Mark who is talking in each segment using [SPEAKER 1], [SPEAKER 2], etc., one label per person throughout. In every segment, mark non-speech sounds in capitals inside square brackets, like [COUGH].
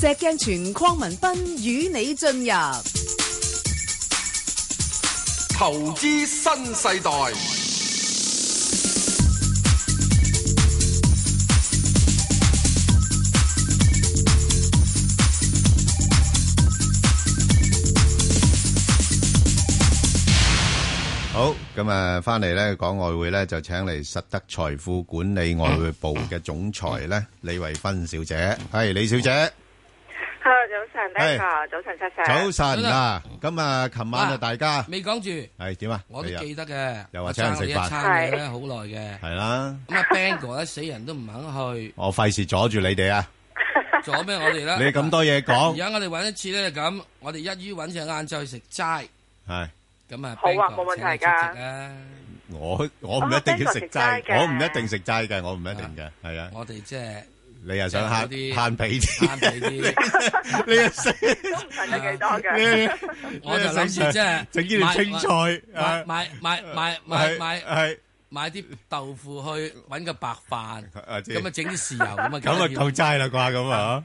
[SPEAKER 1] 石鏡泉鄺民彬與你進入
[SPEAKER 2] 投資新世代。
[SPEAKER 3] 好，咁啊，翻嚟咧講外匯咧，就請嚟實德財富管理外匯部嘅總裁咧李慧芬小姐，係李小姐，
[SPEAKER 4] Hello，早晨
[SPEAKER 3] 係
[SPEAKER 4] d a 早晨，石 Sir。
[SPEAKER 3] 早晨啊！咁啊，琴晚啊，
[SPEAKER 5] 啊
[SPEAKER 3] 大家
[SPEAKER 5] 未講住，
[SPEAKER 3] 係點啊？
[SPEAKER 5] 我
[SPEAKER 3] 你
[SPEAKER 5] 都
[SPEAKER 3] 啊
[SPEAKER 5] 記得嘅。
[SPEAKER 3] 又話
[SPEAKER 5] 我
[SPEAKER 3] 請人食飯
[SPEAKER 5] 爭你一餐嘢咧，好耐嘅。
[SPEAKER 3] 係啦，
[SPEAKER 4] [LAUGHS]
[SPEAKER 5] 咁啊，Bang 哥咧死人都唔肯去，
[SPEAKER 3] 我費事阻住你哋啊！
[SPEAKER 5] 阻咩我哋啦？
[SPEAKER 3] [LAUGHS] 你咁多嘢
[SPEAKER 5] 而
[SPEAKER 3] 講，
[SPEAKER 5] 家我哋揾一次咧就咁，我哋一於揾隻晏晝去食齋，
[SPEAKER 3] 係
[SPEAKER 5] 咁啊，
[SPEAKER 4] 好啊
[SPEAKER 5] Bang
[SPEAKER 4] 冇問
[SPEAKER 5] 哥
[SPEAKER 4] 題
[SPEAKER 5] 請你出
[SPEAKER 4] 㗎
[SPEAKER 5] 席啊！
[SPEAKER 3] 我我唔一定要食
[SPEAKER 4] 啊，Bangor 食齋
[SPEAKER 3] 齋，
[SPEAKER 4] 嘅
[SPEAKER 3] 我唔一定食齋嘅，我唔一定嘅，係啊！
[SPEAKER 5] 我哋即係
[SPEAKER 3] 你又想慳
[SPEAKER 5] 即係嗰啲
[SPEAKER 3] 慳俾
[SPEAKER 5] 慳
[SPEAKER 3] 啲，
[SPEAKER 5] 俾
[SPEAKER 3] [LAUGHS]
[SPEAKER 5] 啲，
[SPEAKER 3] 你又
[SPEAKER 5] [LAUGHS]
[SPEAKER 3] 食，
[SPEAKER 4] 都唔係你幾多
[SPEAKER 3] [LAUGHS] 你
[SPEAKER 4] 嘅。
[SPEAKER 3] 你
[SPEAKER 5] 我就諗住即係
[SPEAKER 3] 整呢條青菜
[SPEAKER 5] 買
[SPEAKER 3] 啊，
[SPEAKER 5] 買買買買買
[SPEAKER 3] 係
[SPEAKER 5] 買啲豆腐去揾個白飯，
[SPEAKER 3] [LAUGHS] 啊知
[SPEAKER 5] 咁啊整啲豉油咁啊，
[SPEAKER 3] 咁啊夠齋啦啩咁 [LAUGHS] 啊！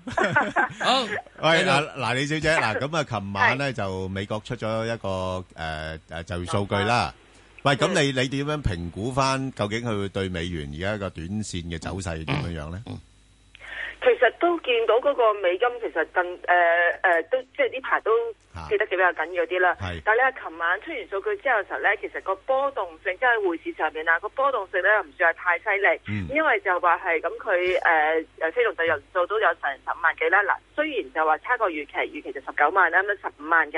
[SPEAKER 5] 好。
[SPEAKER 3] 喂，
[SPEAKER 5] 繼續
[SPEAKER 3] 嗱嗱，李小 [LAUGHS] 姐，嗱咁啊，琴晚咧就美國出咗一個誒誒就業數據嗯啦。喂，咁你你點樣評估翻究竟佢對美元而家個短線嘅走勢點樣樣咧？
[SPEAKER 4] 其實都見到嗰個美金其實近誒誒、呃都即係呢排都
[SPEAKER 3] 嚇
[SPEAKER 4] 跌得比較緊要啲啦。
[SPEAKER 3] 係
[SPEAKER 4] 但係咧，琴晚出完數據之後嘅時候咧，其實個波動性即係匯市上面啊，個波動性咧唔算係太犀利，
[SPEAKER 3] 嗯
[SPEAKER 4] 因為就話係咁佢誒誒非農就人數都有成十五萬幾啦。嗱，雖然就話差過預期，預期就十九萬啦，咁樣十五萬幾。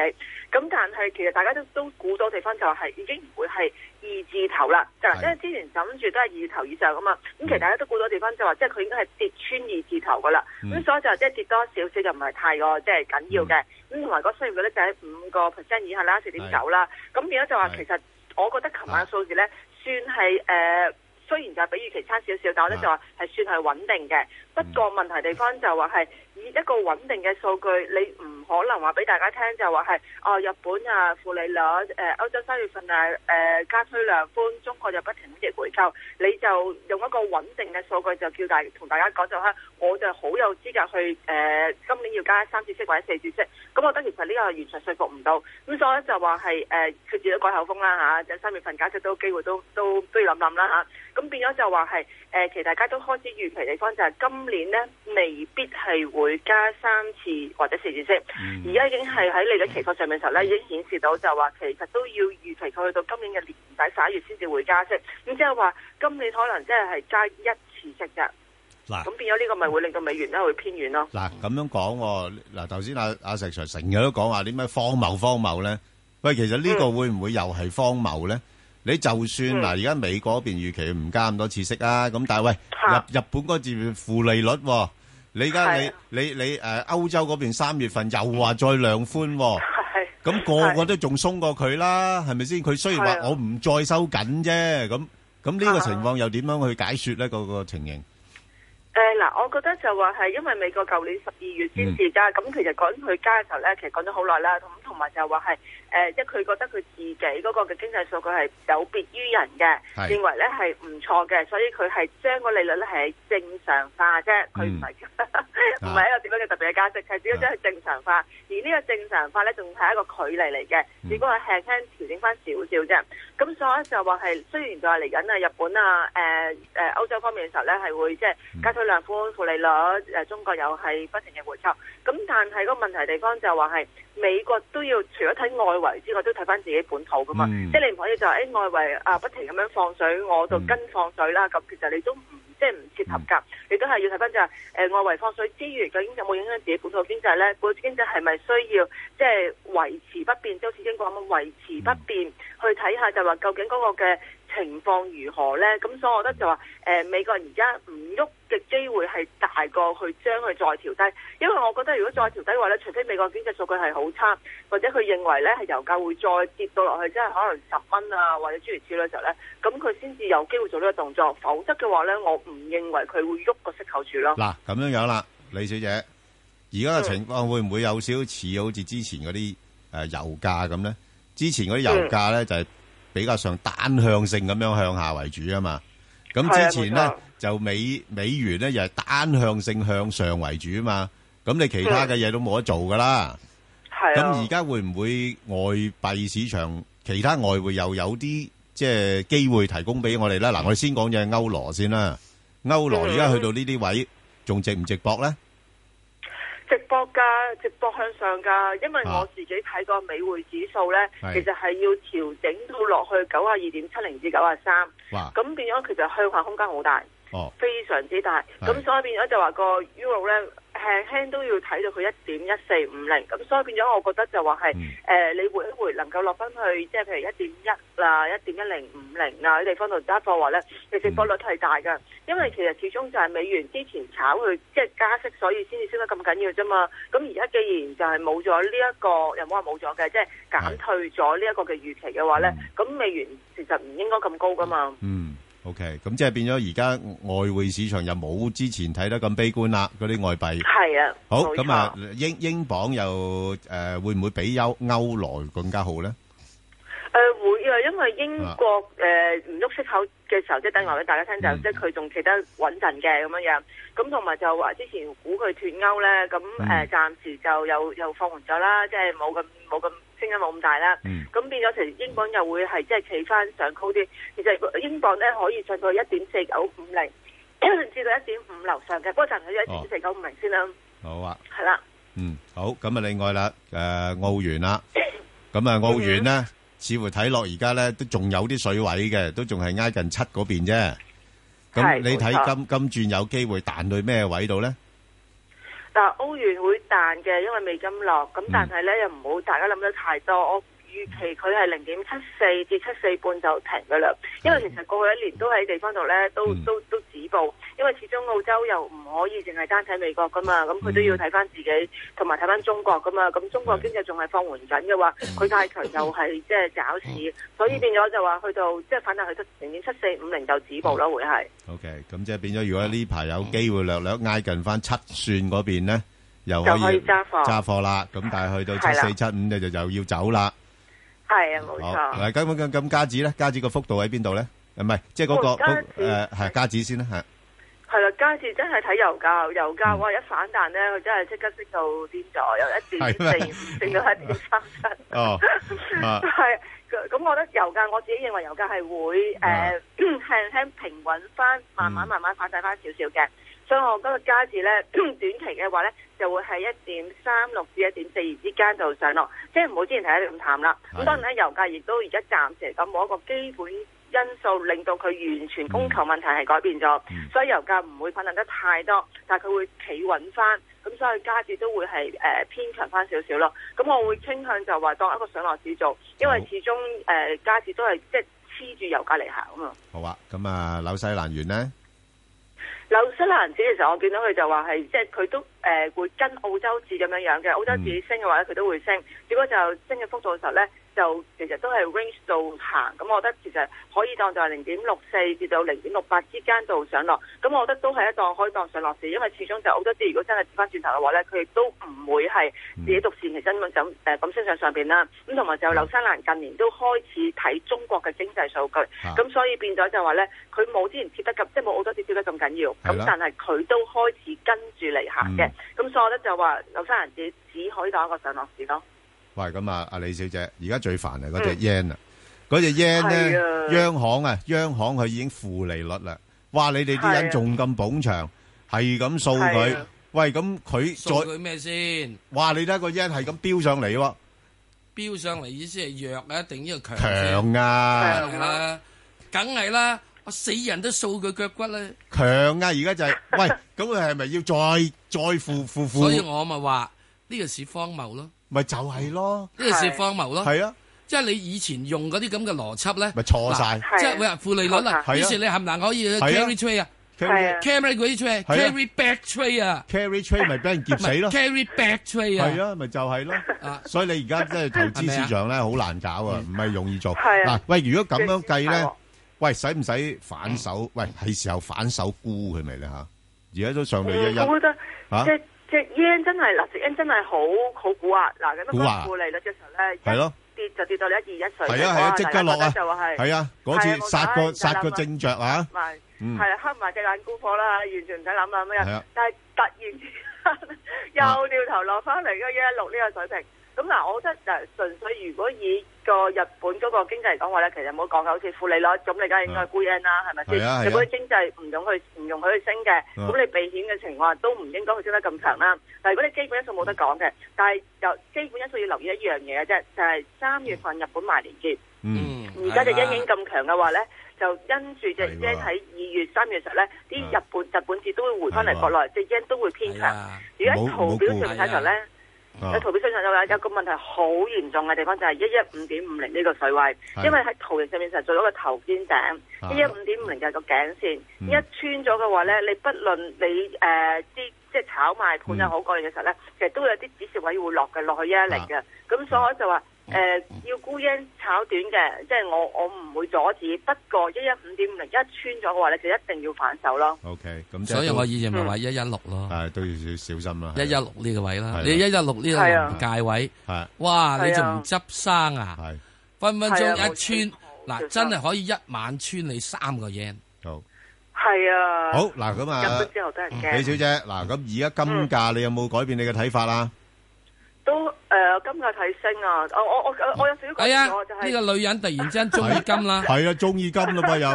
[SPEAKER 4] 咁但係其實大家都都估到地方就係已經唔會係二字頭啦，就
[SPEAKER 3] 係嗯
[SPEAKER 4] 因為之前諗住都係二字頭以上噶嘛，咁其實大家都估到地方就話，即係佢應該係跌穿二字頭噶啦，咁、
[SPEAKER 3] 嗯
[SPEAKER 4] 所以就即係跌多少少就唔係太過即係緊要嘅，咁同埋個失業率咧就喺五個 percent 以下啦，四點九啦，咁變咗就話
[SPEAKER 3] 係啊
[SPEAKER 4] 其實我覺得琴晚數字咧算係誒。呃雖然就係比預期差少少，但我咧
[SPEAKER 3] 啊
[SPEAKER 4] 就話係算係穩定嘅。不過問題地方就話係以一個穩定嘅數據，你唔可能話俾大家聽就話係哦日本啊負利率，誒、歐洲三月份啊誒、加推量寬，中國就不停咁逆回購，你就用一個穩定嘅數據就叫大同大家講就係我就好有資格去誒、呃今年要加三次息或者四次息。咁我覺得其實呢個完全說服唔到，咁所以就話係誒佢自己改口風啦嚇，就三月份加息都機會都都都要諗諗啦嚇。咁變咗就話係誒，其實大家都開始預期地方就係今年呢未必係會加三次或者四次息，而家、已經係喺利率期貨上面嘅時候呢，已經顯示到就話其實都要預期佢去到今年嘅年底十一月先至會加息，咁即係話今年可能即係係加一次息啫，
[SPEAKER 3] 嗱
[SPEAKER 4] 咁變咗呢個咪會令到美元咧會偏軟咯。
[SPEAKER 3] 嗱咁樣講喎，嗱頭先阿阿石 Sir 成日都講話點解荒謬荒謬咧？喂，其實呢個會唔會又係荒謬咧？你就算嗱，而家美國嗰邊預期唔加咁多次息啊，咁但係喂，
[SPEAKER 4] 嚇
[SPEAKER 3] 日日本嗰邊負利率喎，你而家你
[SPEAKER 4] 係啊
[SPEAKER 3] 你你誒歐洲嗰邊三月份又話再量寬喎。
[SPEAKER 4] 係
[SPEAKER 3] 咁個個都仲鬆過佢啦，係咪先？佢雖然
[SPEAKER 4] 係
[SPEAKER 3] 話
[SPEAKER 4] 啊
[SPEAKER 3] 我唔再收緊啫，咁咁呢個情況又點樣去解説咧？個個情形
[SPEAKER 4] 誒嗱、我覺得就話係因為美國舊年十二月先至加，咁、其實講佢加嘅時候咧，其實講咗好耐啦，咁同埋就話係誒，即係佢覺得佢自己嗰個嘅經濟數據係有別於人嘅，
[SPEAKER 3] 係
[SPEAKER 4] 認為咧係唔錯嘅，所以佢係將個利率咧係正常化啫，佢唔係唔係一個點樣嘅特別嘅加息，係只要將佢正常化，而呢個正常化咧仲係一個距離嚟嘅，只不過係輕輕調整翻少少啫。咁所以就話係雖然就話嚟緊啊日本啊誒誒歐洲方面嘅時候咧係會即係加推量寬負利率，誒中國又係不停嘅回抽，咁但係個問題地方就話係美國都要除咗睇外圍之外，都睇翻自己本土噶嘛，
[SPEAKER 3] 嗯
[SPEAKER 4] 即係你唔可以就話誒、外圍啊不停咁樣放水，我就跟放水啦，咁其實你都唔即係唔切合㗎，你都係要睇翻就係、誒外圍放水之餘，究竟有冇影響自己本土經濟咧？本土經濟係咪需要即係維持不變，即係好似英國咁樣維持不變，去睇下就話究竟嗰個嘅情況如何咧？咁所以我覺得就話誒、美國而家唔喐嘅機會係大過去將佢再調低，因為我覺得如果再調低嘅話咧，除非美國經濟數據係好差，或者佢認為咧係油價會再跌到落去，即係可能十蚊啊或者諸如此類嘅時候咧，咁佢先至有機會做呢個動作，否則嘅話咧，我唔認為佢會喐個息口住咯。嗯
[SPEAKER 3] 嗱咁樣樣啦，李小姐，而家嘅情況會唔會有少少似好似之前嗰啲誒油價咁咧？之前嗰啲
[SPEAKER 4] 嗯
[SPEAKER 3] 油價咧就係比較上單向性咁樣向下為主啊嘛。咁
[SPEAKER 4] 係啊
[SPEAKER 3] 之前
[SPEAKER 4] 冇
[SPEAKER 3] 咧
[SPEAKER 4] 錯
[SPEAKER 3] 就美美元咧又係單向性向上為主啊嘛。咁你其
[SPEAKER 4] 嗯
[SPEAKER 3] 他嘅嘢都冇得做噶啦。
[SPEAKER 4] 係啊
[SPEAKER 3] 咁而家會唔會外幣市場其他外匯又有啲即係機會提供俾我哋咧？嗱，我哋先講只歐羅先啦。歐羅而家去到呢啲位，仲值唔值博咧？
[SPEAKER 4] 直播㗎，直播向上㗎，因為
[SPEAKER 3] 啊
[SPEAKER 4] 我自己睇個美匯指數呢，
[SPEAKER 3] 係
[SPEAKER 4] 其實係要調整到落去九啊二點七零至九啊三，
[SPEAKER 3] 哇！
[SPEAKER 4] 咁變咗其實向下空間好大，
[SPEAKER 3] 哦，
[SPEAKER 4] 非常之大。
[SPEAKER 3] 係
[SPEAKER 4] 咁所以變咗就話個 Euro 呢，輕輕都要睇到佢一點一四五零，咁所以變咗我覺得就話係
[SPEAKER 3] 嗯
[SPEAKER 4] 誒，你回一回能夠落翻去即係譬如一點一啦、一點一零五零啊啲地方度揸貨話呢，其實波率係大㗎，因為其實始終就係美元之前炒佢即係加息，所以先至升得咁緊要啫嘛。咁而家既然就係冇咗呢一個，又冇話冇咗嘅，即係減退咗呢一個嘅預期嘅話呢，咁美元其實唔應該咁高㗎嘛。
[SPEAKER 3] 嗯，OK，咁即係變咗而家外匯市場又冇之前睇得咁悲觀啦，嗰啲外幣。
[SPEAKER 4] 係啊，
[SPEAKER 3] 好，
[SPEAKER 4] 冇
[SPEAKER 3] 咁啊
[SPEAKER 4] 錯，
[SPEAKER 3] 英英鎊又誒會唔會比歐歐羅更加好咧？
[SPEAKER 4] 誒、會啊，因為英國誒唔喐息口嘅時候，即係等於話俾大家聽就
[SPEAKER 3] 嗯
[SPEAKER 4] 即係佢仲企得穩陣嘅咁樣樣。咁同埋就話之前估佢脱歐咧，咁
[SPEAKER 3] 嗯
[SPEAKER 4] 誒暫時就又又放緩咗啦，即係冇咁冇咁聲音冇咁大啦。
[SPEAKER 3] 嗯
[SPEAKER 4] 咁變咗其實英鎊又會係即係企翻上高啲。其實英鎊咧可以上到一點四九五零， [COUGHS] 至到一點五樓上嘅。不過暫時一點四九五零先啦，
[SPEAKER 3] 好啊，
[SPEAKER 4] 係啦。
[SPEAKER 3] 嗯，好，咁啊，另外啦，誒澳元
[SPEAKER 4] [COUGHS]
[SPEAKER 3] 啦，咁啊澳元咧，似乎睇落而家咧都仲有啲水位嘅，都仲係挨近七嗰邊啫。咁
[SPEAKER 4] 係
[SPEAKER 3] 你
[SPEAKER 4] 冇
[SPEAKER 3] 睇金金轉有機會彈到咩位度咧？
[SPEAKER 4] 但歐元會彈嘅，因為美金落。
[SPEAKER 3] 嗯
[SPEAKER 4] 咁但係咧又唔好大家諗得太多。我預期佢係零點七四至七四半就停㗎啦。因為其實過去一年都喺地方度咧，都
[SPEAKER 3] 嗯
[SPEAKER 4] 都都止步。因為始終澳洲又唔可以淨係單睇美國㗎嘛，咁佢
[SPEAKER 3] 嗯
[SPEAKER 4] 都要睇翻自己，同埋睇翻中國㗎嘛。咁中國經濟仲係放緩緊
[SPEAKER 3] [LAUGHS]
[SPEAKER 4] 嘅話，佢太強又係即係搞
[SPEAKER 3] 嗯
[SPEAKER 4] 市，所以變咗就話去到即係反彈去到零點七四五零就止步咯，會係。
[SPEAKER 3] OK，咁即係變咗，如果呢排有機會略略挨近翻七算嗰邊咧，又
[SPEAKER 4] 就
[SPEAKER 3] 可以
[SPEAKER 4] 可以揸貨
[SPEAKER 3] 揸貨啦。咁但係去到
[SPEAKER 4] 係
[SPEAKER 3] 七
[SPEAKER 4] 啦
[SPEAKER 3] 四七五咧，就就要走啦。
[SPEAKER 4] 係啊，冇
[SPEAKER 3] 好，
[SPEAKER 4] 錯。
[SPEAKER 3] 嗱，咁咁咁加指咧，加指個幅度喺邊度咧？唔係，即係嗰個
[SPEAKER 4] 哦加指
[SPEAKER 3] 嗰誒係加指先啦，係
[SPEAKER 4] [LAUGHS] 係啦，加字真係睇油價，油價
[SPEAKER 3] 嗯
[SPEAKER 4] 哇一反彈咧，佢真係即刻升到癲咗，由一
[SPEAKER 3] 係咩
[SPEAKER 4] 點四升到一點三七。
[SPEAKER 3] 哦啊
[SPEAKER 4] [LAUGHS] 係，咁咁我覺得油價我自己認為油價係會
[SPEAKER 3] 啊
[SPEAKER 4] 誒 [CLEARS THROAT] 輕輕平穩翻，慢慢
[SPEAKER 3] 嗯
[SPEAKER 4] 慢慢反彈翻少少嘅。所以我覺得加字咧 [CLEARS THROAT] 短期嘅話咧，就會喺一點三六至一點四二之間度上落，即係唔好之前睇得咁淡啦。
[SPEAKER 3] 係
[SPEAKER 4] 咁當然咧，油價亦都而家暫時嚟講冇一個基本因素令到佢完全供求問題係改變咗，
[SPEAKER 3] 嗯
[SPEAKER 4] 所以油價唔會反彈得太多，但係佢會企穩翻。咁所以加字都會係誒、呃偏強翻少少咯。咁我會傾向就話當一個上落市做，因為
[SPEAKER 3] 好
[SPEAKER 4] 始終誒加字都係即係黐住油價嚟行啊嘛。
[SPEAKER 3] 好啊，咁啊紐西蘭元咧，
[SPEAKER 4] 紐西蘭紙其實我見到佢就話係即係佢都誒、呃、會跟澳洲紙咁樣樣嘅，澳洲紙升嘅話咧佢都會升，只不過就升嘅幅度嘅時候咧就其實都係 range 度行，咁我覺得其實可以當就係零點六四至到零點六八之間度上落，咁我覺得都係一檔可以當上落市，因為始終就澳洲紙如果真係跌翻轉頭嘅話咧，佢亦都唔會係
[SPEAKER 3] 嗯
[SPEAKER 4] 自己獨善其身咁咁誒咁升上上邊啦，咁同埋就
[SPEAKER 3] 嗯
[SPEAKER 4] 紐西蘭近年都開始睇中國嘅經濟數據。
[SPEAKER 3] 啊
[SPEAKER 4] 咁所以變咗就話咧，佢冇之前貼得咁，即係冇好多次貼得咁緊要。
[SPEAKER 3] 係
[SPEAKER 4] 咁
[SPEAKER 3] 啦嗯
[SPEAKER 4] 但係佢都開始跟住嚟行嘅。咁、所以我覺得就話紐西蘭紙只可以當一個上落市咯。
[SPEAKER 3] 喂，咁啊阿李小姐，而家最煩係嗰只 yen 啊，嗰只 yen 咧
[SPEAKER 4] 係啊，
[SPEAKER 3] 央行啊，央行佢已經負利率啦，哇！你哋啲
[SPEAKER 4] 係
[SPEAKER 3] 人
[SPEAKER 4] 啊
[SPEAKER 3] 仲咁捧場，係咁掃佢
[SPEAKER 4] 係啊，
[SPEAKER 3] 喂，咁佢
[SPEAKER 5] 數
[SPEAKER 3] 再
[SPEAKER 5] 佢咩先？
[SPEAKER 3] 哇！你睇個 yen 係咁飆上嚟喎，
[SPEAKER 5] 飆上嚟意思係弱啊，定呢個強
[SPEAKER 3] 強
[SPEAKER 5] 先？
[SPEAKER 3] 啊！
[SPEAKER 5] 係啦，梗係啦，我死人都掃佢腳骨啦，
[SPEAKER 3] 強啊！而家
[SPEAKER 4] [LAUGHS]
[SPEAKER 3] 就係、喂，咁佢係咪要再再付付付
[SPEAKER 5] 所？以我咪話呢個市荒謬咯，
[SPEAKER 3] 咪就係咯，
[SPEAKER 5] 呢個市荒謬咯，
[SPEAKER 3] 係啊，
[SPEAKER 5] 即係你以前用嗰啲咁嘅邏輯咧，
[SPEAKER 3] 咪錯晒
[SPEAKER 5] 嗱即係話負利率啦，
[SPEAKER 3] 係啊
[SPEAKER 5] 於是你冚唪唥可以
[SPEAKER 3] 係啊
[SPEAKER 5] carry trade 啊
[SPEAKER 4] 係啊
[SPEAKER 5] ，carry 嗰啲 trade，
[SPEAKER 3] 係啊
[SPEAKER 5] carry back trade 啊，
[SPEAKER 3] carry trade 咪俾人劫
[SPEAKER 5] 唔
[SPEAKER 3] 死
[SPEAKER 5] 係
[SPEAKER 3] 咯，
[SPEAKER 5] carry back trade 啊
[SPEAKER 3] 係，啊，咪就係咯
[SPEAKER 5] 啊。
[SPEAKER 3] 所以你而家真係投資市場咧，好難搞啊，唔係容易做。
[SPEAKER 4] 係
[SPEAKER 3] 嗱
[SPEAKER 4] 啊，
[SPEAKER 3] 喂，如果咁樣計咧
[SPEAKER 4] 係喎，
[SPEAKER 3] 喂，使唔使反手？喂，係時候反手沽佢咪咧嚇？而家都上到一一
[SPEAKER 4] 我覺得
[SPEAKER 3] 嚇，
[SPEAKER 4] 隻隻 yen 真係嗱，隻 yen 真係好好蠱惑嗱。咁
[SPEAKER 3] 蠱惑
[SPEAKER 4] 樣負利率嘅時候咧，
[SPEAKER 3] 啊係咯，
[SPEAKER 4] 跌就跌到你一二一水
[SPEAKER 3] 係啊係啊，即刻落啊，
[SPEAKER 4] 就話係
[SPEAKER 3] 係啊，嗰
[SPEAKER 4] 係啊
[SPEAKER 3] 次
[SPEAKER 4] 冇
[SPEAKER 3] 殺個
[SPEAKER 4] 計
[SPEAKER 3] 殺個
[SPEAKER 4] 就係咁啊
[SPEAKER 3] 正着啊！
[SPEAKER 4] 埋
[SPEAKER 3] 嗯
[SPEAKER 4] 係啊，黑埋隻眼沽貨啦，完全唔使諗啦咁
[SPEAKER 3] 係啊
[SPEAKER 4] 樣。但係突然之又掉頭落翻嚟嗰一一六呢個水平。咁嗱，我覺得誒純粹如果以個日本嗰個經濟嚟講話咧，其實唔好講嘅，好似負利率，咁你梗係應該係沽 yen 啦，係咪
[SPEAKER 3] 啊係啊係啊
[SPEAKER 4] 先？日本經濟唔容許唔容許佢升嘅，
[SPEAKER 3] 嗯
[SPEAKER 4] 咁你避險嘅情況下都唔應該佢升得咁強啦。但係如果你基本因素冇得講嘅，但係由基本因素要留意一樣嘢嘅啫，就係三月份日本埋年結。
[SPEAKER 3] 嗯，
[SPEAKER 4] 而家就因應咁強嘅話咧，就因住只
[SPEAKER 3] 係喎
[SPEAKER 4] yen 喺二月、三月時候咧，啲
[SPEAKER 3] 嗯
[SPEAKER 4] 日本日本紙都會回翻
[SPEAKER 3] 係
[SPEAKER 4] 嚟
[SPEAKER 3] 喎
[SPEAKER 4] 國內，只 yen 都會偏
[SPEAKER 5] 係
[SPEAKER 4] 強。
[SPEAKER 5] 啊，
[SPEAKER 4] 而家
[SPEAKER 3] 冇
[SPEAKER 4] 圖表
[SPEAKER 3] 冇
[SPEAKER 4] 上睇上咧，
[SPEAKER 3] 啊
[SPEAKER 4] 喺圖表上上有有個問題好嚴重嘅地方就係一一五點五零呢個水位，
[SPEAKER 3] 係
[SPEAKER 4] 因為喺圖形上面就做咗個頭肩頂，
[SPEAKER 3] 啊
[SPEAKER 4] 一一五點五零就係個頸線，
[SPEAKER 3] 嗯
[SPEAKER 4] 一穿咗嘅話咧，你不論你誒啲即係炒賣
[SPEAKER 3] 嗯
[SPEAKER 4] 盤又好嗰樣嘅時候咧，其實都有啲指示位會落嘅，落去一一零
[SPEAKER 3] 啊
[SPEAKER 4] 嘅，咁所以就話。誒、
[SPEAKER 3] 嗯
[SPEAKER 4] 要沽 yen 炒短嘅，即係我我唔會阻止，不過一一五點五零一穿咗嘅話咧，就一定要反手咯。
[SPEAKER 3] OK，咁即係
[SPEAKER 5] 所以
[SPEAKER 3] 都
[SPEAKER 5] 我以前咪話一一六咯，
[SPEAKER 3] 係都要小心啦，
[SPEAKER 5] 一一六呢個位啦
[SPEAKER 3] 嗯係，啊
[SPEAKER 5] 你一一六呢
[SPEAKER 4] 係啊
[SPEAKER 5] 個臨界位，
[SPEAKER 3] 係
[SPEAKER 5] 哇！你
[SPEAKER 4] 係
[SPEAKER 5] 仲
[SPEAKER 4] 啊
[SPEAKER 5] 唔執生啊？
[SPEAKER 3] 係
[SPEAKER 5] 分分
[SPEAKER 4] 係
[SPEAKER 5] 鐘
[SPEAKER 4] 啊
[SPEAKER 5] 一穿，
[SPEAKER 4] 冇
[SPEAKER 5] 嗱
[SPEAKER 4] 錯
[SPEAKER 5] 真係可以一晚穿你三個 yen。
[SPEAKER 3] 好
[SPEAKER 4] 係啊，
[SPEAKER 3] 好嗱咁
[SPEAKER 4] 入
[SPEAKER 3] 啊
[SPEAKER 4] 咗，之後都係驚。
[SPEAKER 3] 李小姐嗱咁而家金價你有冇改變你嘅睇法啊？
[SPEAKER 4] 都誒、呃、今日睇升啊！我我我我有少少
[SPEAKER 5] 係啊
[SPEAKER 4] 講我就，係、
[SPEAKER 5] 呢個女人突然之間中意金啦，
[SPEAKER 3] 係啊，中意金啦嘛有，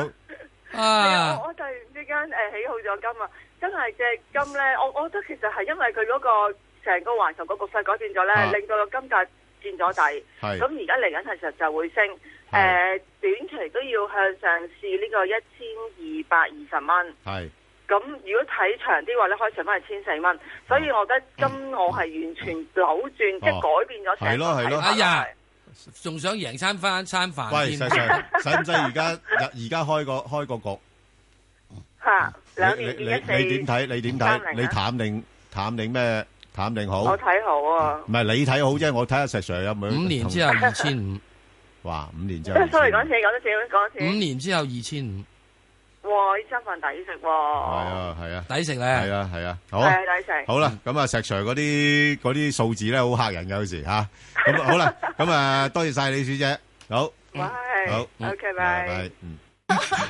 [SPEAKER 4] 係
[SPEAKER 5] 啊
[SPEAKER 4] 啊！我我突然之間誒、呃、起好咗金啊！真係隻金咧，我我覺得其實係因為佢嗰、個成個環球個局勢改變咗咧，
[SPEAKER 3] 啊
[SPEAKER 4] 令到個金價見咗底。
[SPEAKER 3] 係
[SPEAKER 4] 咁而家嚟緊係實就會升。誒、
[SPEAKER 3] 係
[SPEAKER 4] 短期都要向上試呢個一千二百二十蚊。
[SPEAKER 3] 係
[SPEAKER 4] 咁如果睇長啲話咧，可以上翻去千四蚊。所以我覺得金我係完全扭轉，即係
[SPEAKER 3] 嗯哦
[SPEAKER 4] 改變咗成個
[SPEAKER 3] 係咯係咯
[SPEAKER 4] 睇法
[SPEAKER 5] 哎呀
[SPEAKER 4] 係
[SPEAKER 5] 仲想贏餐翻餐飯
[SPEAKER 3] 喂，
[SPEAKER 5] 添
[SPEAKER 3] 細。細使唔使而家而家開個開個局？
[SPEAKER 4] 吓，兩
[SPEAKER 3] 你你
[SPEAKER 4] 年見一四，
[SPEAKER 3] 你點睇？啊你點睇？
[SPEAKER 4] 330
[SPEAKER 3] 你淡定淡定咩？淡定好？嗯
[SPEAKER 4] 我睇好啊。
[SPEAKER 3] 唔係你睇好啫，我睇下石 Sir 有冇
[SPEAKER 5] 五年之後
[SPEAKER 4] [LAUGHS]
[SPEAKER 5] 二千五，
[SPEAKER 3] 同。哇！五年之
[SPEAKER 4] 即 [LAUGHS]
[SPEAKER 3] 後
[SPEAKER 4] 係 sorry
[SPEAKER 3] 二
[SPEAKER 4] 講
[SPEAKER 3] 千
[SPEAKER 4] 次，講多次，講
[SPEAKER 5] 五
[SPEAKER 3] 嗯
[SPEAKER 4] 多
[SPEAKER 5] 年之後二千五，
[SPEAKER 4] 次。哇！呢餐飯抵食喎，
[SPEAKER 3] 係
[SPEAKER 4] 係
[SPEAKER 3] 啊係啊
[SPEAKER 5] 抵食
[SPEAKER 3] 係
[SPEAKER 5] 咧。
[SPEAKER 3] 啊係啊，好啊
[SPEAKER 4] 係抵食。
[SPEAKER 3] 好啦，咁啊石 Sir 嗰啲嗰啲數字咧好嚇人嘅有時嚇，咁啊好啦，咁啊多謝晒李小姐，好嗯好
[SPEAKER 4] 喂，OK，
[SPEAKER 3] 拜
[SPEAKER 4] 拜。
[SPEAKER 3] 拜，嗯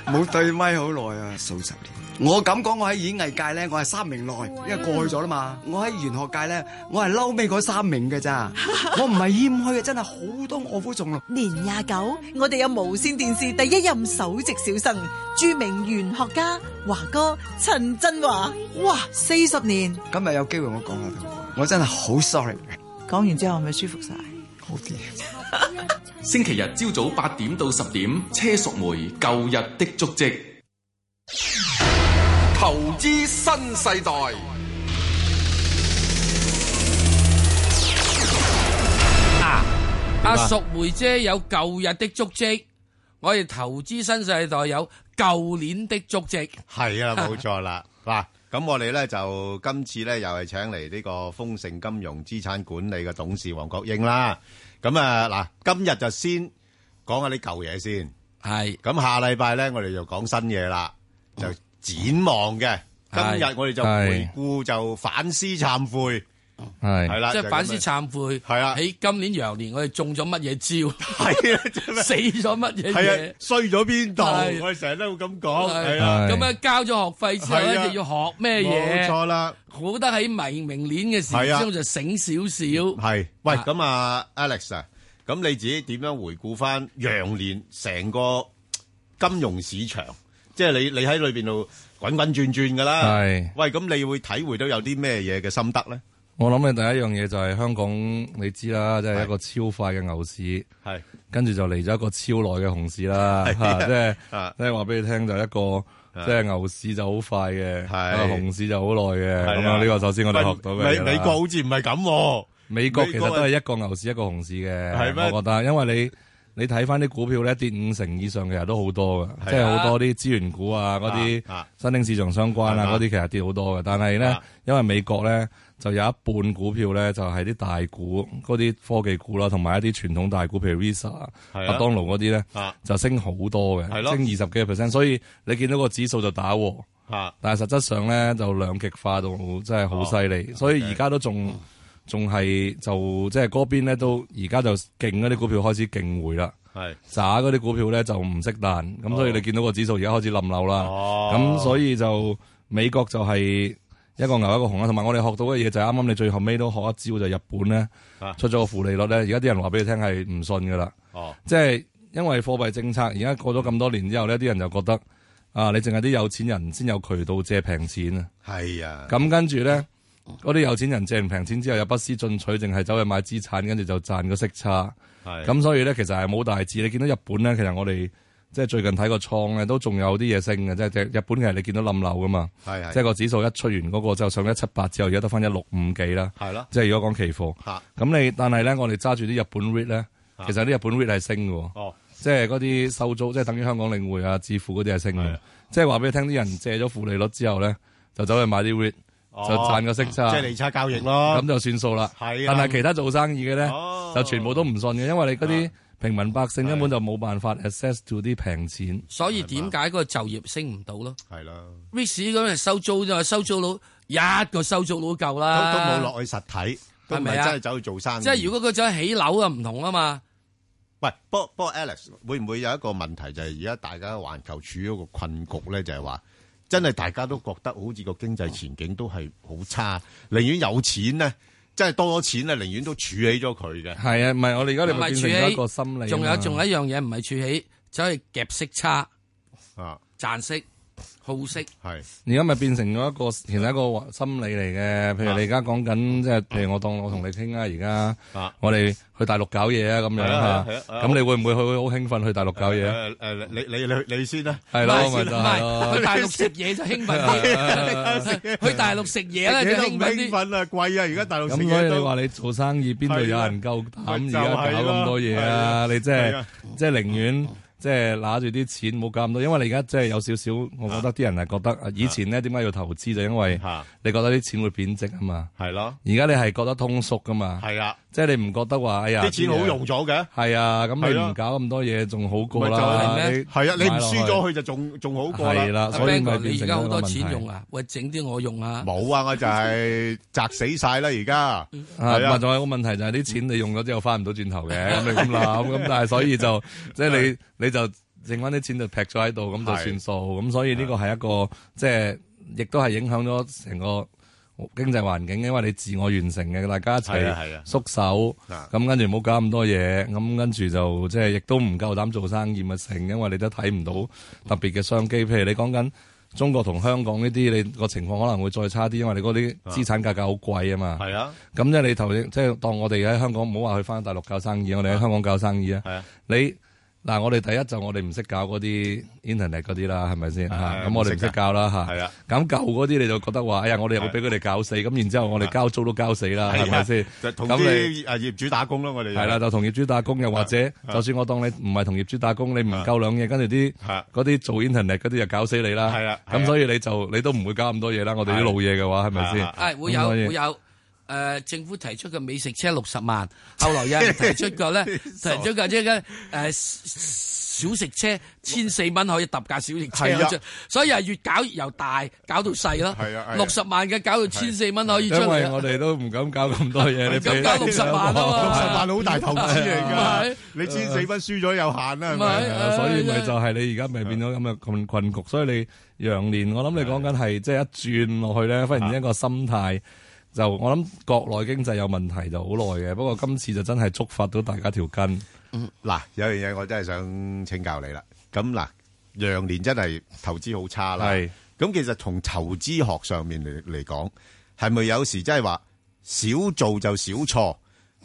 [SPEAKER 6] 冇對咪好耐啊，數十年。我咁講，我喺演藝界咧，我係三名內，因為過去咗啦嘛。我喺玄學界咧，我係嬲尾嗰三名嘅咋，我唔係謙虛嘅，啊真係好多卧虎藏龍。
[SPEAKER 1] 年廿九，我哋有無線電視第一任首席小生，著名玄學家華哥陳振華。哇，四十年！
[SPEAKER 6] 今日有機會我講下，我真係好 sorry，
[SPEAKER 1] 講完之後係咪舒服晒？
[SPEAKER 6] 好啲。
[SPEAKER 7] 星期日朝早八點到十點，車淑梅《舊日的足跡》。
[SPEAKER 2] 投資新世代，
[SPEAKER 5] 嗱，阿淑梅姐有舊日的足跡，我哋投資新世代有舊年的足跡。
[SPEAKER 3] 係
[SPEAKER 5] [LAUGHS]
[SPEAKER 3] 啊，冇錯啦。嗱，咁我哋咧就今次咧又係請嚟呢個豐盛金融資產管理嘅董事黃國英啦。咁啊嗱，今日就先講下啲舊嘢先。
[SPEAKER 5] 係
[SPEAKER 3] 咁下禮拜咧，我哋就講新嘢啦，就展望嘅。今
[SPEAKER 5] 哦係
[SPEAKER 3] 日我哋就回顧，就反思懺悔，係啦，
[SPEAKER 5] 即係反思
[SPEAKER 3] 就咁樣啊
[SPEAKER 5] 懺悔。
[SPEAKER 3] 係啊
[SPEAKER 5] 喺今年羊年我哋中咗乜嘢招，
[SPEAKER 3] [LAUGHS] 係啊，真
[SPEAKER 5] [LAUGHS]
[SPEAKER 3] 係
[SPEAKER 5] 死咗乜嘢
[SPEAKER 3] 係啊
[SPEAKER 5] 嘢，，
[SPEAKER 3] 衰咗邊度？
[SPEAKER 5] 係
[SPEAKER 3] 我哋成日都會咁講，係啊，
[SPEAKER 5] 咁啊交咗學費之後
[SPEAKER 3] 係啊
[SPEAKER 5] 咧就要學咩
[SPEAKER 3] 冇
[SPEAKER 5] 嘢，
[SPEAKER 3] 錯啦。
[SPEAKER 5] 好得喺明明年嘅時
[SPEAKER 3] 係啊
[SPEAKER 5] 鐘就醒少少。
[SPEAKER 3] 系，喂，
[SPEAKER 5] 啊
[SPEAKER 3] 咁啊，Alex 啊，咁你自己點樣回顧翻羊年成個金融市場？即係你你喺裏边度滾滾轉轉噶啦。
[SPEAKER 8] 係
[SPEAKER 3] 喂，咁你會體會到有啲咩嘢嘅心得咧？
[SPEAKER 8] 我諗嘅第一樣嘢就係香港，你知啦，即係
[SPEAKER 3] 係
[SPEAKER 8] 一個超快嘅牛市，
[SPEAKER 3] 係
[SPEAKER 8] 跟住就嚟咗一個超耐嘅熊市啦。
[SPEAKER 3] 係
[SPEAKER 8] 嚇 [LAUGHS] 即係
[SPEAKER 3] 啊
[SPEAKER 8] 即係話俾你聽，就一個即係牛市就好快嘅，
[SPEAKER 3] 係
[SPEAKER 8] 啊熊市就好耐嘅。
[SPEAKER 3] 係啊
[SPEAKER 8] 咁啊，呢個首先我哋學到嘅嘢
[SPEAKER 3] 美
[SPEAKER 8] 啦
[SPEAKER 3] 美國好似唔係咁喎，
[SPEAKER 8] 美國其實
[SPEAKER 3] 美國
[SPEAKER 8] 都係一個牛市一個熊市嘅，
[SPEAKER 3] 係咩
[SPEAKER 8] 我覺得，因為你你睇翻啲股票咧跌五成以上，其實都好多
[SPEAKER 3] 係啊
[SPEAKER 8] 嘅，即係好多啲資源股啊，嗰啲
[SPEAKER 3] 啊啊
[SPEAKER 8] 新興市場相關
[SPEAKER 3] 係
[SPEAKER 8] 啊，
[SPEAKER 3] 嘛
[SPEAKER 8] 嗰啲其實跌好多嘅。但係咧
[SPEAKER 3] 啊，
[SPEAKER 8] 因為美國咧就有一半股票咧就係啲大股，嗰啲科技股啦，同埋一啲傳統大股，譬如 Visa、
[SPEAKER 3] 係
[SPEAKER 8] 麥當勞嗰啲咧
[SPEAKER 3] 啊
[SPEAKER 8] 就升好多嘅，
[SPEAKER 3] 係
[SPEAKER 8] 升
[SPEAKER 3] 咯
[SPEAKER 8] 二十幾個 percent，所以你見到個指數就打和。
[SPEAKER 3] 吓
[SPEAKER 8] 但係實質上咧就兩極化到真係啊好犀
[SPEAKER 5] 哦
[SPEAKER 8] 利，所以而家都仲仲係就即係嗰邊咧都而家就勁嗰啲股票開始勁回啦，
[SPEAKER 3] 係
[SPEAKER 8] 渣嗰啲股票咧就唔識彈，
[SPEAKER 5] 哦
[SPEAKER 8] 咁所以你見到個指數而家開始冧樓啦，
[SPEAKER 3] 哦
[SPEAKER 8] 咁所以就美國就係一一個牛一個熊啦，同埋我哋學到嘅嘢就係啱啱你最後尾都學一招就係日本咧
[SPEAKER 3] 啊
[SPEAKER 8] 出咗個負利率咧，而家啲人話俾你聽係唔信噶啦。
[SPEAKER 3] 哦，
[SPEAKER 8] 即係因為貨幣政策而家過咗咁多年之後呢啲人就覺得啊，你淨係啲有錢人先有渠道借平錢啊。
[SPEAKER 3] 係啊，
[SPEAKER 8] 咁跟住咧，嗰啲有錢人借完平錢之後又不思進取，淨係走去買資產，跟住就賺個息差。
[SPEAKER 3] 係
[SPEAKER 8] 咁所以咧，其實係冇大致。你見到日本咧，其實我哋即係最近睇個倉咧，都仲有啲嘢升嘅，即係即係日本其實你見到冧樓噶嘛，
[SPEAKER 3] 係係
[SPEAKER 8] 即係個指數一出完嗰個之後上一七八之後，而家得翻一六五幾啦。
[SPEAKER 3] 係咯，
[SPEAKER 8] 即係如果講期貨，
[SPEAKER 3] 嚇
[SPEAKER 8] 咁你但係咧，我哋揸住啲日本 REIT 咧，
[SPEAKER 3] 啊
[SPEAKER 8] 其實啲日本 REIT 係升嘅喎。
[SPEAKER 3] 哦，
[SPEAKER 8] 即係嗰啲收租，即係等於香港領匯啊、置富嗰啲係升
[SPEAKER 3] 係
[SPEAKER 8] 嘅
[SPEAKER 3] 啊。
[SPEAKER 8] 即係話俾你聽，啲人借咗負利率之後咧，就走去買啲 REIT，
[SPEAKER 3] 哦
[SPEAKER 8] 就賺個息差
[SPEAKER 3] 即，係利差交易咯
[SPEAKER 8] 咁，就算數啦。
[SPEAKER 3] 係啊
[SPEAKER 8] 但係其他做生意嘅咧
[SPEAKER 3] 哦，
[SPEAKER 8] 就全部都唔信嘅，因為你嗰啲平民百姓根本
[SPEAKER 3] 係
[SPEAKER 8] 就冇辦法 access to 啲平錢。
[SPEAKER 5] 所以點解嗰個就業升唔到咯
[SPEAKER 3] 係啦，
[SPEAKER 5] r i s 咁係收租啫嘛，收租佬一個收租佬夠
[SPEAKER 3] 都
[SPEAKER 5] 啦，
[SPEAKER 3] 都冇。落去實體，都唔
[SPEAKER 5] 啊係咪
[SPEAKER 3] 係
[SPEAKER 5] 啊
[SPEAKER 3] 真係走去做生意。
[SPEAKER 5] 即係如果佢走去起樓啊，唔同啊嘛。
[SPEAKER 3] 喂，不過不過 Alex 會唔會有一個問題就係而家大家環球處於一個困局咧，就係話真係大家都覺得好似個經濟前景都係好差，寧願有錢咧，真係多咗錢咧，寧願都儲起咗佢嘅。
[SPEAKER 8] 係啊，唔係我哋而家你
[SPEAKER 5] 唔係
[SPEAKER 8] 咪
[SPEAKER 5] 儲
[SPEAKER 8] 變成咗
[SPEAKER 5] 起
[SPEAKER 8] 一個心理啊嘛。
[SPEAKER 5] 仲有仲有一樣嘢唔係儲起，走去夾息差
[SPEAKER 3] 啊，
[SPEAKER 5] 賺息好息。
[SPEAKER 3] 係
[SPEAKER 8] 而家咪變成咗一個其實一個心理嚟嘅，譬如你而家講緊即係，譬如我當我同你傾啊，而
[SPEAKER 3] 啊
[SPEAKER 8] 家我哋去大陸搞嘢啊咁樣
[SPEAKER 3] 係啊
[SPEAKER 8] 嚇
[SPEAKER 3] 係啊係啊，
[SPEAKER 8] 咁你會唔會好好興奮去大陸搞嘢啊？
[SPEAKER 3] 誒誒，你你你你先啦，
[SPEAKER 8] 係咯，咪就
[SPEAKER 5] 唔
[SPEAKER 8] 係咯
[SPEAKER 5] 係去大陸食嘢就興奮 [LAUGHS] 啲，去大陸食嘢咧
[SPEAKER 3] 你
[SPEAKER 5] 就
[SPEAKER 3] 都唔
[SPEAKER 5] 興奮啲。
[SPEAKER 3] 奮啊，貴啊，而家大陸食
[SPEAKER 8] 咁所
[SPEAKER 3] 嘢
[SPEAKER 8] 以你
[SPEAKER 3] 都
[SPEAKER 8] 話你做生意邊度有人夠膽而
[SPEAKER 3] 係
[SPEAKER 8] 家
[SPEAKER 3] 啊咪就係
[SPEAKER 8] 搞
[SPEAKER 3] 咯
[SPEAKER 8] 咁多嘢
[SPEAKER 3] 係啊
[SPEAKER 8] 啊？你即
[SPEAKER 3] 係
[SPEAKER 8] 係
[SPEAKER 3] 啊
[SPEAKER 8] 即係寧願即係揦住啲錢，冇搞咁多。因為你而家即係有少少，我覺得啲人係覺得啊以前咧點解要投資就因為
[SPEAKER 3] 嚇
[SPEAKER 8] 你覺得啲錢會貶值啊嘛。
[SPEAKER 3] 係咯，
[SPEAKER 8] 而家你係覺得通縮噶嘛？
[SPEAKER 3] 係啊，
[SPEAKER 8] 即係你唔覺得話哎呀
[SPEAKER 3] 啲錢好用，咗嘅，
[SPEAKER 8] 係啊，咁
[SPEAKER 3] 係
[SPEAKER 8] 你
[SPEAKER 3] 啊
[SPEAKER 8] 唔搞咁多嘢仲好過
[SPEAKER 3] 咪就
[SPEAKER 8] 啦
[SPEAKER 3] 係。
[SPEAKER 5] 咩
[SPEAKER 8] 你
[SPEAKER 3] 係啊，你唔
[SPEAKER 8] 買落去
[SPEAKER 3] 輸咗佢就仲仲好過啦
[SPEAKER 8] 係。啦，
[SPEAKER 5] 阿
[SPEAKER 8] 所以
[SPEAKER 5] Ben
[SPEAKER 8] 咪
[SPEAKER 5] 哥，
[SPEAKER 8] 變
[SPEAKER 5] 你而
[SPEAKER 8] 成
[SPEAKER 5] 家
[SPEAKER 8] 咗
[SPEAKER 5] 好
[SPEAKER 8] 一個
[SPEAKER 5] 多
[SPEAKER 8] 問題
[SPEAKER 5] 錢用啊，喂，整啲我用啊。
[SPEAKER 3] 冇啊，我就 [LAUGHS] 係砸死晒啦，而家
[SPEAKER 8] 啊，
[SPEAKER 3] 係
[SPEAKER 8] 同埋
[SPEAKER 3] 啊，
[SPEAKER 8] 仲有一個問題就係啲錢你用咗之後翻唔到轉
[SPEAKER 3] [LAUGHS]
[SPEAKER 8] 頭嘅，咁你咁諗，咁但係所以就即係你你就剩翻啲錢就劈咗喺度，咁就算數，咁所以呢個係一個即係亦都係影響咗成個經濟環境，因為你自我完成嘅，大家一
[SPEAKER 3] 係啊係啊
[SPEAKER 8] 齊縮手，
[SPEAKER 3] 啊
[SPEAKER 8] 咁跟住唔好搞咁多嘢，咁跟住就即係亦都唔夠膽做生意咪成，因為你都睇唔到特別嘅商機，譬如你講緊。中國同香港呢啲，你個情況可能會再差啲，因為你嗰啲資產價格好貴啊嘛。
[SPEAKER 3] 係啊，
[SPEAKER 8] 咁即係你頭先，即係當我哋喺香港，唔好話去翻大陸搞生意，我哋喺香港搞生意啊
[SPEAKER 3] 係啊。
[SPEAKER 8] 你嗱，我哋第一就我哋唔識搞嗰啲 internet 嗰啲啦，係咪先
[SPEAKER 3] 啊係唔
[SPEAKER 8] 嚇？咁我哋
[SPEAKER 3] 識
[SPEAKER 8] 唔
[SPEAKER 3] 㗎
[SPEAKER 8] 識搞啦嚇。
[SPEAKER 3] 係啊。
[SPEAKER 8] 咁舊嗰啲你就覺得話，哎呀，我哋又會俾佢哋搞死，咁然之後我哋交租都交死啦，係咪先？
[SPEAKER 3] 啊就同
[SPEAKER 8] 咁你
[SPEAKER 3] 啲誒啊業主打工咯，我哋
[SPEAKER 8] 係啦，就同業主打工，又或者就算我當你唔係同業主打工，你唔
[SPEAKER 3] 啊
[SPEAKER 8] 夠兩嘢，跟住啲
[SPEAKER 3] 係
[SPEAKER 8] 嗰啲做 internet 嗰啲就搞死你啦。
[SPEAKER 3] 啊係啊係啊
[SPEAKER 8] 咁所以你就你都唔會搞咁多嘢啦。我哋啲老嘢嘅話係咪
[SPEAKER 3] 係
[SPEAKER 8] 先
[SPEAKER 3] 啊？
[SPEAKER 5] 係會有
[SPEAKER 8] 咁所以
[SPEAKER 5] 會有誒政府提出嘅美食車六十萬，後來有
[SPEAKER 8] [LAUGHS]
[SPEAKER 5] 人提出過咧，提出過即係誒小食車千四蚊可以揼架小食
[SPEAKER 3] 係
[SPEAKER 5] 車，所以係越搞越由大搞到細咯
[SPEAKER 3] 係啊係啊，
[SPEAKER 5] 六十萬嘅搞到千四蚊可以出
[SPEAKER 8] 因為
[SPEAKER 5] 嚟
[SPEAKER 8] 我
[SPEAKER 5] 啊。
[SPEAKER 8] 哋都唔敢搞咁多嘢，你
[SPEAKER 5] 唔敢
[SPEAKER 8] 俾
[SPEAKER 5] 搞60萬啊嘛
[SPEAKER 3] 六十萬好大投資嚟㗎
[SPEAKER 5] 係，
[SPEAKER 3] 你千四蚊輸咗有限啦，係
[SPEAKER 5] 唔
[SPEAKER 3] 咪？
[SPEAKER 5] 係
[SPEAKER 8] 所以咪就係你而家咪變咗咁嘅困困局，所以你羊年我諗你講緊係即係一轉落去咧，忽然之間個心態就我諗國內經濟有問題就好耐嘅，不過今次就真係觸發到大家條筋，
[SPEAKER 3] 嗱，有樣嘢我真係想請教你啦。咁嗱，羊年真係投資好差啦。
[SPEAKER 8] 係
[SPEAKER 3] 咁，其實從投資學上面嚟嚟講，係咪有時真係話少做就少錯，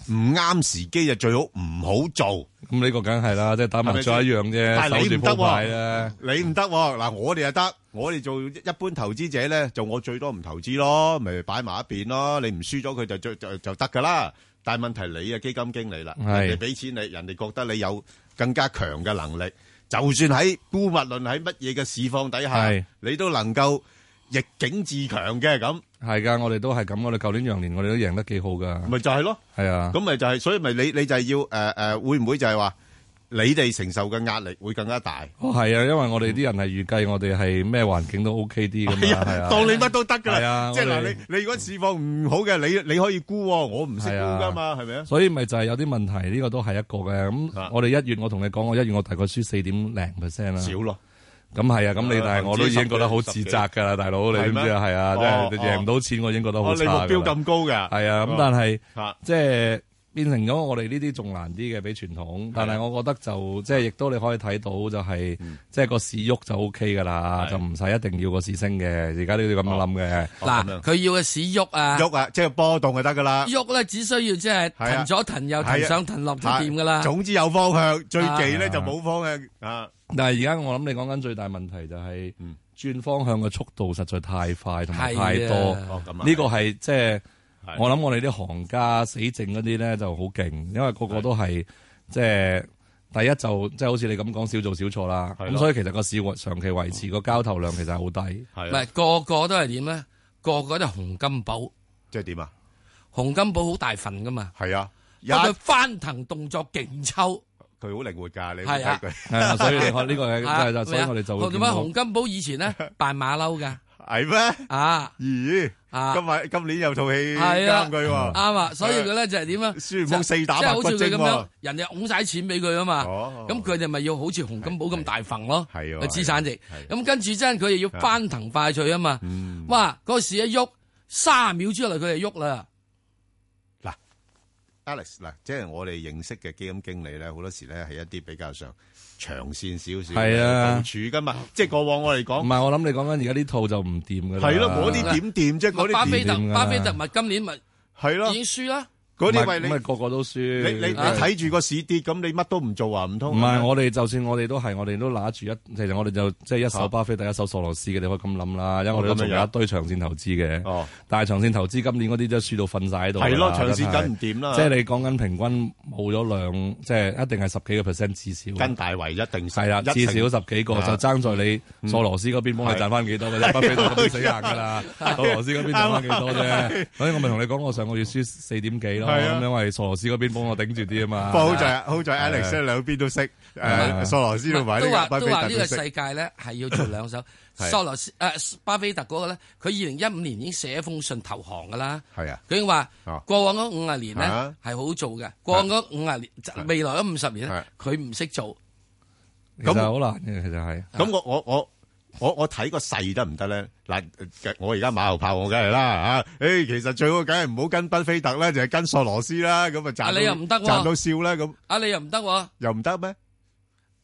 [SPEAKER 3] 唔啱時機就最好唔好做。
[SPEAKER 8] 咁呢個梗係啦，即係打麻雀一樣啫，
[SPEAKER 3] 但係
[SPEAKER 8] 守
[SPEAKER 3] 你
[SPEAKER 8] 住
[SPEAKER 3] 唔得
[SPEAKER 8] 鋪牌
[SPEAKER 3] 喎
[SPEAKER 8] 咧。，
[SPEAKER 3] 你唔得喎。嗱，我哋又得，我哋做一般投資者咧，就我最多唔投資咯，咪擺埋一邊咯。你唔輸咗佢就就就就得噶啦。但係問題你啊基金經理啦，
[SPEAKER 8] 係
[SPEAKER 3] 人哋俾錢你，人哋覺得你有更加強嘅能力，就算喺姑勿論喺乜嘢嘅市況底下
[SPEAKER 8] 係，
[SPEAKER 3] 你都能夠逆境自強嘅咁，
[SPEAKER 8] 係㗎，我哋都係咁。我哋舊年羊年，我哋都贏得幾好㗎。
[SPEAKER 3] 咪就係咯。
[SPEAKER 8] 係啊，
[SPEAKER 3] 咁咪就係，所以咪你你就係要誒誒，會唔會就係話你哋承受嘅壓力會更加大？
[SPEAKER 8] 哦係啊，因為我哋啲人係預計我哋係咩環境都 OK 啲㗎
[SPEAKER 3] 係
[SPEAKER 8] 嘛，係
[SPEAKER 3] 啊，
[SPEAKER 8] 啊。
[SPEAKER 3] 當你乜都得㗎
[SPEAKER 8] 係
[SPEAKER 3] 啦
[SPEAKER 8] 啊，
[SPEAKER 3] 即係
[SPEAKER 8] 我
[SPEAKER 3] 嗱，
[SPEAKER 8] 哋
[SPEAKER 3] 你你如果市況唔好嘅，你你可以沽喎，我唔識沽㗎嘛，係咪啊？
[SPEAKER 8] 所以咪就係有啲問題，呢、個都係一個嘅。咁
[SPEAKER 3] 啊
[SPEAKER 8] 我哋一月我同你講，我一月我大概輸四點零 percent 啦。
[SPEAKER 3] 少咯，
[SPEAKER 8] 咁係啊，咁你
[SPEAKER 3] 啊
[SPEAKER 8] 但係我都已經覺得好自責㗎啦，大佬，你知唔知啊？
[SPEAKER 3] 係咩
[SPEAKER 8] 係啊，
[SPEAKER 3] 哦
[SPEAKER 8] 即係
[SPEAKER 3] 哦
[SPEAKER 8] 贏唔到錢，我已經覺得好
[SPEAKER 3] 哦，
[SPEAKER 8] 差
[SPEAKER 3] 你目
[SPEAKER 8] 㗎
[SPEAKER 3] 標
[SPEAKER 8] 啦
[SPEAKER 3] 咁高嘅，
[SPEAKER 8] 係啊，咁
[SPEAKER 3] 哦
[SPEAKER 8] 但係
[SPEAKER 3] 嚇
[SPEAKER 8] 即係變成咗我哋呢啲仲難啲嘅比傳
[SPEAKER 3] 啊
[SPEAKER 8] 統，但係我覺得就即係亦都你可以睇到就係即係個市喐就 O K 㗎啦，
[SPEAKER 3] 嗯係
[SPEAKER 8] 就唔使一定要個市升嘅，而家都要咁樣諗嘅。
[SPEAKER 3] 哦咁樣
[SPEAKER 5] 嗱，佢要嘅市喐啊，
[SPEAKER 3] 喐啊，即係波動就得噶
[SPEAKER 8] 啊
[SPEAKER 3] 啦，
[SPEAKER 5] 喐咧只需要即係
[SPEAKER 3] 係啊
[SPEAKER 5] 騰左騰右
[SPEAKER 3] 係啊
[SPEAKER 5] 騰上騰落就掂㗎啦。
[SPEAKER 3] 總之有方向，最忌咧
[SPEAKER 8] 啊
[SPEAKER 3] 就冇方向啊。
[SPEAKER 8] 但係而家我諗你講緊最大問題就係
[SPEAKER 3] 嗯
[SPEAKER 8] 轉方向嘅速度實在太快同埋
[SPEAKER 5] 係
[SPEAKER 8] 太
[SPEAKER 5] 啊
[SPEAKER 8] 多。
[SPEAKER 3] 哦，咁啊，
[SPEAKER 8] 呢個係即係
[SPEAKER 3] 係
[SPEAKER 8] 我諗我哋啲行家死剩嗰啲咧就好勁，因為個個都係即係第一就即係好似你咁講少做少錯啦。
[SPEAKER 3] 係
[SPEAKER 8] 咁
[SPEAKER 3] 咯
[SPEAKER 8] 所以其實個市運長期維持個交投量其實係好
[SPEAKER 3] [LAUGHS]
[SPEAKER 8] 低。
[SPEAKER 5] 唔
[SPEAKER 3] 係
[SPEAKER 5] 係
[SPEAKER 3] 啊
[SPEAKER 5] 個個都係點咧？個個都係紅金寶，
[SPEAKER 3] 即係點啊？
[SPEAKER 5] 紅金寶好大份㗎嘛，
[SPEAKER 3] 係啊，一
[SPEAKER 5] 但佢翻騰動作勁抽。
[SPEAKER 3] 佢好靈活㗎，你
[SPEAKER 5] 係啊
[SPEAKER 3] 睇佢
[SPEAKER 8] 係啊，所以你看呢個
[SPEAKER 5] 啊
[SPEAKER 8] 係就係所以我哋就
[SPEAKER 5] 明
[SPEAKER 8] 會
[SPEAKER 5] 啊點
[SPEAKER 8] 見
[SPEAKER 5] 解
[SPEAKER 8] 到
[SPEAKER 5] 洪金寶以前咧
[SPEAKER 8] [LAUGHS]
[SPEAKER 5] 扮馬騮噶？
[SPEAKER 3] 係咩？
[SPEAKER 5] 啊
[SPEAKER 3] 咦，
[SPEAKER 5] 啊
[SPEAKER 3] 今日今年有套戲
[SPEAKER 5] 係啊
[SPEAKER 3] 啱佢喎。
[SPEAKER 5] 啱
[SPEAKER 3] [LAUGHS]
[SPEAKER 5] 啊！所以佢咧就係點啊？
[SPEAKER 3] 孫悟空四打
[SPEAKER 5] 即係好似佢
[SPEAKER 3] 白骨
[SPEAKER 5] 咁
[SPEAKER 3] 精喎
[SPEAKER 5] 樣，人哋拱晒錢俾佢啊嘛。
[SPEAKER 3] 哦
[SPEAKER 5] 咁佢哋咪要好似洪金寶咁大份咯，
[SPEAKER 3] 係喎
[SPEAKER 5] 個資產值
[SPEAKER 3] 係。嗯喎
[SPEAKER 5] 咁跟住真係佢又要翻騰快脆啊嘛。哇！嗰個市一喐，卅秒之內佢就喐啦。
[SPEAKER 3] Alex 嗱，即係我哋認識嘅基金經理咧，好多時咧係一啲比較上長線少少
[SPEAKER 8] 係啊
[SPEAKER 3] 部署噶嘛。即係過往我哋
[SPEAKER 8] 唔
[SPEAKER 3] 講
[SPEAKER 8] 係我諗你講緊而家呢套就唔掂㗎啦。
[SPEAKER 3] 係咯，嗰啲點掂啫，嗰
[SPEAKER 5] 巴
[SPEAKER 3] 啲
[SPEAKER 5] 菲
[SPEAKER 3] 點
[SPEAKER 5] 特
[SPEAKER 8] 點㗎
[SPEAKER 5] 巴菲特咪今年咪已
[SPEAKER 3] 係咯，
[SPEAKER 5] 經輸啦。
[SPEAKER 3] 嗰
[SPEAKER 8] 唔係
[SPEAKER 3] 啲為
[SPEAKER 8] 咁咪
[SPEAKER 3] 你
[SPEAKER 8] 個個都輸。
[SPEAKER 3] 你你你
[SPEAKER 5] 係
[SPEAKER 3] 睇住個市跌，咁你乜都唔做啊？唔
[SPEAKER 8] 唔
[SPEAKER 3] 通
[SPEAKER 8] 係，我哋就算我哋都係，我哋都拿住一，其實我哋就即係一手巴菲特，一手索羅斯嘅，你可以咁諗啦。因為我哋都仲有一堆長線投資嘅，
[SPEAKER 3] 哦
[SPEAKER 8] 但係長線投資今年嗰啲都輸到瞓晒喺度啦。
[SPEAKER 3] 係咯，長
[SPEAKER 8] 真
[SPEAKER 3] 線
[SPEAKER 8] 係
[SPEAKER 3] 梗唔掂啦，
[SPEAKER 8] 即係你講緊平均冇咗兩，即係一定係十幾個 percent 至少。
[SPEAKER 3] 跟大圍一定
[SPEAKER 8] 係啦，
[SPEAKER 3] 一成
[SPEAKER 8] 至少十幾個
[SPEAKER 3] 啊
[SPEAKER 8] 就爭在你索羅斯嗰邊幫你賺翻幾多嘅啫，巴菲特嗰邊死硬㗎啦，
[SPEAKER 3] [LAUGHS]
[SPEAKER 8] 索羅斯嗰邊賺翻幾多啫。所以我咪同你講，我上個月輸四點幾
[SPEAKER 3] 啊
[SPEAKER 8] 咯，
[SPEAKER 3] 係啊
[SPEAKER 8] 咁因為索羅斯嗰邊幫我頂住啲啊嘛
[SPEAKER 3] 不。過好在好在 Alex 咧兩邊都識，誒
[SPEAKER 8] 啊
[SPEAKER 3] 索羅斯
[SPEAKER 5] 都
[SPEAKER 3] 同埋呢
[SPEAKER 5] 話
[SPEAKER 3] 個巴
[SPEAKER 5] 都
[SPEAKER 3] 菲
[SPEAKER 5] 話
[SPEAKER 3] 特
[SPEAKER 5] 呢
[SPEAKER 3] 都
[SPEAKER 5] 個
[SPEAKER 3] 識，
[SPEAKER 5] 世界咧係要做兩手。
[SPEAKER 3] [LAUGHS] 係
[SPEAKER 5] 索羅斯誒巴菲特嗰個咧，佢二零一五年已經寫一封信投降噶啦。
[SPEAKER 3] 係啊，
[SPEAKER 5] 佢已經話
[SPEAKER 3] 哦
[SPEAKER 5] 過往嗰五十年咧
[SPEAKER 3] 啊
[SPEAKER 5] 係好做嘅，過往嗰五十年未來嗰五十年咧，佢唔識做。
[SPEAKER 8] 其實好難嘅，其實係。
[SPEAKER 3] 咁我我我我我睇個勢得唔得咧？嗱，我而家馬後炮，我梗係啦嚇。誒，其實最好梗係唔好跟巴菲特啦，就係跟索羅斯啦。咁啊賺到
[SPEAKER 5] 啊你又唔得喎
[SPEAKER 3] 賺到笑啦，咁
[SPEAKER 5] 啊，你又唔得喎！
[SPEAKER 3] 又唔得咩？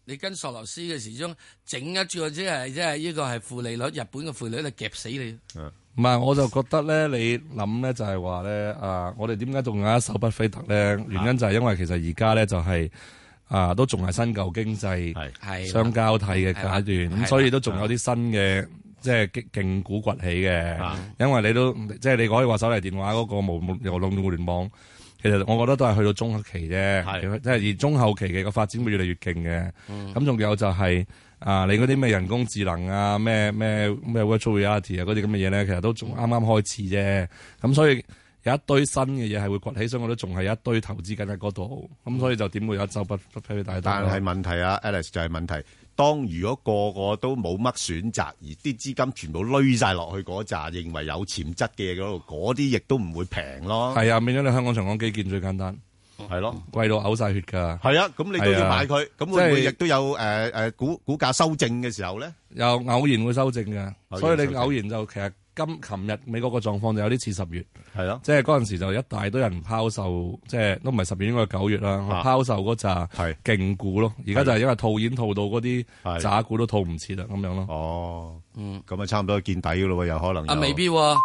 [SPEAKER 5] 你跟索羅斯嘅時鐘整一個即係即係呢個係負利率，日本嘅負利率就夾死你。
[SPEAKER 8] 唔係，我就覺得咧，你諗咧就係話咧，啊，我哋點解仲有一手巴菲特咧？原因就係因為其實而家咧就係、啊，都仲係新舊經濟
[SPEAKER 3] 係
[SPEAKER 5] 係
[SPEAKER 8] 相交替嘅階段，
[SPEAKER 5] 係啦
[SPEAKER 8] 咁所以都仲有啲新嘅。即係勁勁股崛起嘅，因為你都即係你可以話手提電話嗰個無無流動互聯網，其實我覺得都係去到中後期
[SPEAKER 3] 係
[SPEAKER 8] 啫，即係而中後期嘅個發展會越嚟越勁嘅。咁仲、有就係、啊，你嗰啲咩人工智能啊，咩咩咩 virtual reality 啊，嗰啲咁嘅嘢咧，其實都仲啱啱開始啫。咁所以有一堆新嘅嘢係會崛起，所以我都仲係一堆投資緊喺嗰度。咁所以就點會有一周不不不俾大家？
[SPEAKER 3] 但係問題啊，Alex 就係問題。當如果個個都冇乜選擇，而啲資金全部攏晒落去嗰扎認為有潛質嘅嘢嗰度，嗰啲亦都唔會平咯，
[SPEAKER 8] 係啊，變咗你香港長江基建最簡單，
[SPEAKER 3] 係咯。
[SPEAKER 8] 貴到嘔晒血㗎。
[SPEAKER 3] 係啊，咁你都
[SPEAKER 8] 係
[SPEAKER 3] 要
[SPEAKER 8] 啊
[SPEAKER 3] 買佢，咁會唔會
[SPEAKER 8] 即
[SPEAKER 3] 亦
[SPEAKER 8] 係
[SPEAKER 3] 都有诶诶股股價修正嘅時候咧？
[SPEAKER 8] 又偶然會修正
[SPEAKER 3] 偶然
[SPEAKER 8] 嘅，所以
[SPEAKER 3] 修
[SPEAKER 8] 你
[SPEAKER 3] 正
[SPEAKER 8] 偶然就其實今琴日美國個狀況就有啲似十月，
[SPEAKER 3] 係咯，
[SPEAKER 8] 即係嗰陣時就一大堆人拋售，即係都唔係十月，應該係九月啦，
[SPEAKER 3] 啊
[SPEAKER 8] 拋售嗰扎
[SPEAKER 3] 係
[SPEAKER 8] 勁股咯。而家就係因為套現套到嗰
[SPEAKER 3] 係
[SPEAKER 8] 啲渣股都套唔切啦，咁樣咯。
[SPEAKER 3] 哦，
[SPEAKER 5] 嗯
[SPEAKER 3] 咁啊，差唔多見底噶咯喎，有可能有。
[SPEAKER 5] 啊，未必喎。